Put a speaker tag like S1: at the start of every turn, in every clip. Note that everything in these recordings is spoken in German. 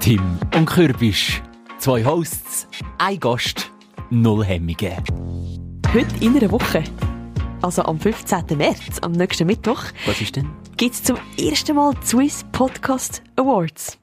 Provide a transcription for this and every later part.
S1: Tim und Kürbisch. Zwei Hosts, ein Gast, null Hemmungen.
S2: Heute in einer Woche, also am 15. März, am nächsten Mittwoch,
S1: Was ist denn?
S2: gibt es zum ersten Mal die Swiss Podcast Awards.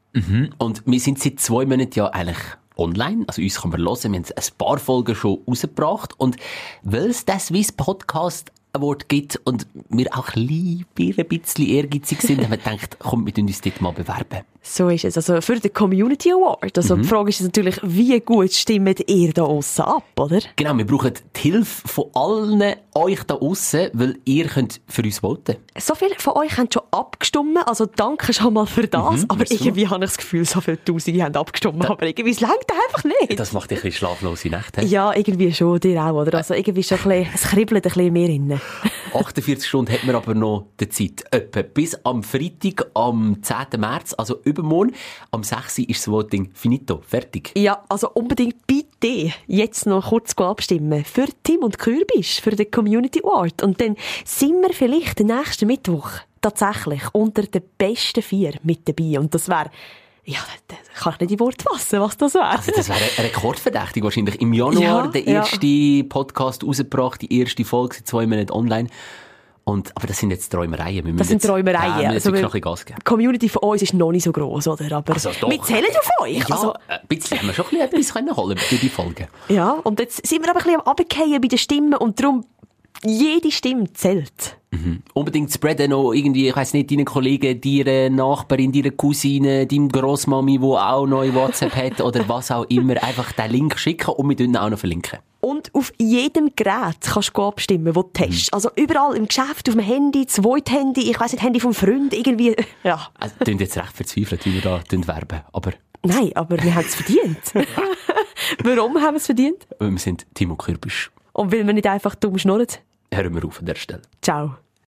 S1: Und wir sind seit zwei Monaten ja eigentlich online. Also uns kann man hören. Wir haben ein paar Folgen schon rausgebracht. Und weil es das Swiss Podcast Award gibt und wir auch ein bisschen ein bisschen ehrgeizig sind, haben wir gedacht, komm, wir tun uns dort mal bewerben.
S2: So ist es. Also für den Community Award. Also die Frage ist jetzt natürlich, wie gut stimmt ihr da aussen ab, oder?
S1: Genau, wir brauchen die Hilfe von allen euch da aussen, weil ihr könnt für uns voten.
S2: So viele von euch haben schon abgestimmt, also danke schon mal für das. aber irgendwie habe ich das Gefühl, so viele Tausende haben abgestimmt, aber irgendwie, es längt einfach nicht.
S1: Das macht dich ein bisschen schlaflose Nächte.
S2: ja, irgendwie schon, dir auch, oder? Also irgendwie schon ein bisschen, es kribbelt ein bisschen mehr innen.
S1: 48 Stunden hat man aber noch die Zeit. Etwa bis am Freitag, am 10. März, also übermorgen. Am 6. Uhr ist das Voting finito, fertig.
S2: Ja, also unbedingt bitte jetzt noch kurz abstimmen. Für Tim und Kürbisch, für den Community Award. Und dann sind wir vielleicht nächsten Mittwoch tatsächlich unter den besten vier mit dabei. Und das wäre, ja, das kann ich nicht in Wort fassen, was das wäre.
S1: Also das wäre rekordverdächtig wahrscheinlich. Im Januar
S2: Ja,
S1: der
S2: ja.
S1: erste Podcast rausgebracht, die erste Folge seit zwei Monaten online. Und, aber das sind jetzt Träumereien. Wir
S2: Das
S1: müssen
S2: sind Träumereien.
S1: Ja, wir müssen
S2: Also,
S1: wirklich
S2: weil-
S1: noch ein bisschen Gas geben.
S2: Die Community von uns ist noch nicht so gross, oder? Aber
S1: Also doch.
S2: wir zählen auf euch.
S1: Ja,
S2: Also,
S1: ein bisschen haben wir schon ein bisschen etwas können holen durch die Folge.
S2: ja, und jetzt sind wir aber ein bisschen am Abgehen bei den Stimmen und darum, jede Stimme zählt.
S1: Hm. unbedingt spreaden noch irgendwie, ich weiss nicht, deinen Kollegen, deiner Nachbarin, deiner Cousine, deinem Grossmami, wo auch neu WhatsApp hat oder was auch immer, einfach den Link schicken und wir tun ihn auch noch verlinken.
S2: Und auf jedem Gerät kannst du abstimmen, wo du hast. Also überall im Geschäft, auf dem Handy, zweit Handy, ich weiss nicht, Handy vom Freund, irgendwie. Ja.
S1: Also, klingt jetzt recht verzweifelt, wie wir da tun werben, aber äh,
S2: Nein, aber wir haben es verdient. Warum haben wir es verdient?
S1: wir sind Timo Kürbisch.
S2: Und weil wir nicht einfach dumm schnurren.
S1: Hören wir auf an der Stelle.
S2: Ciao.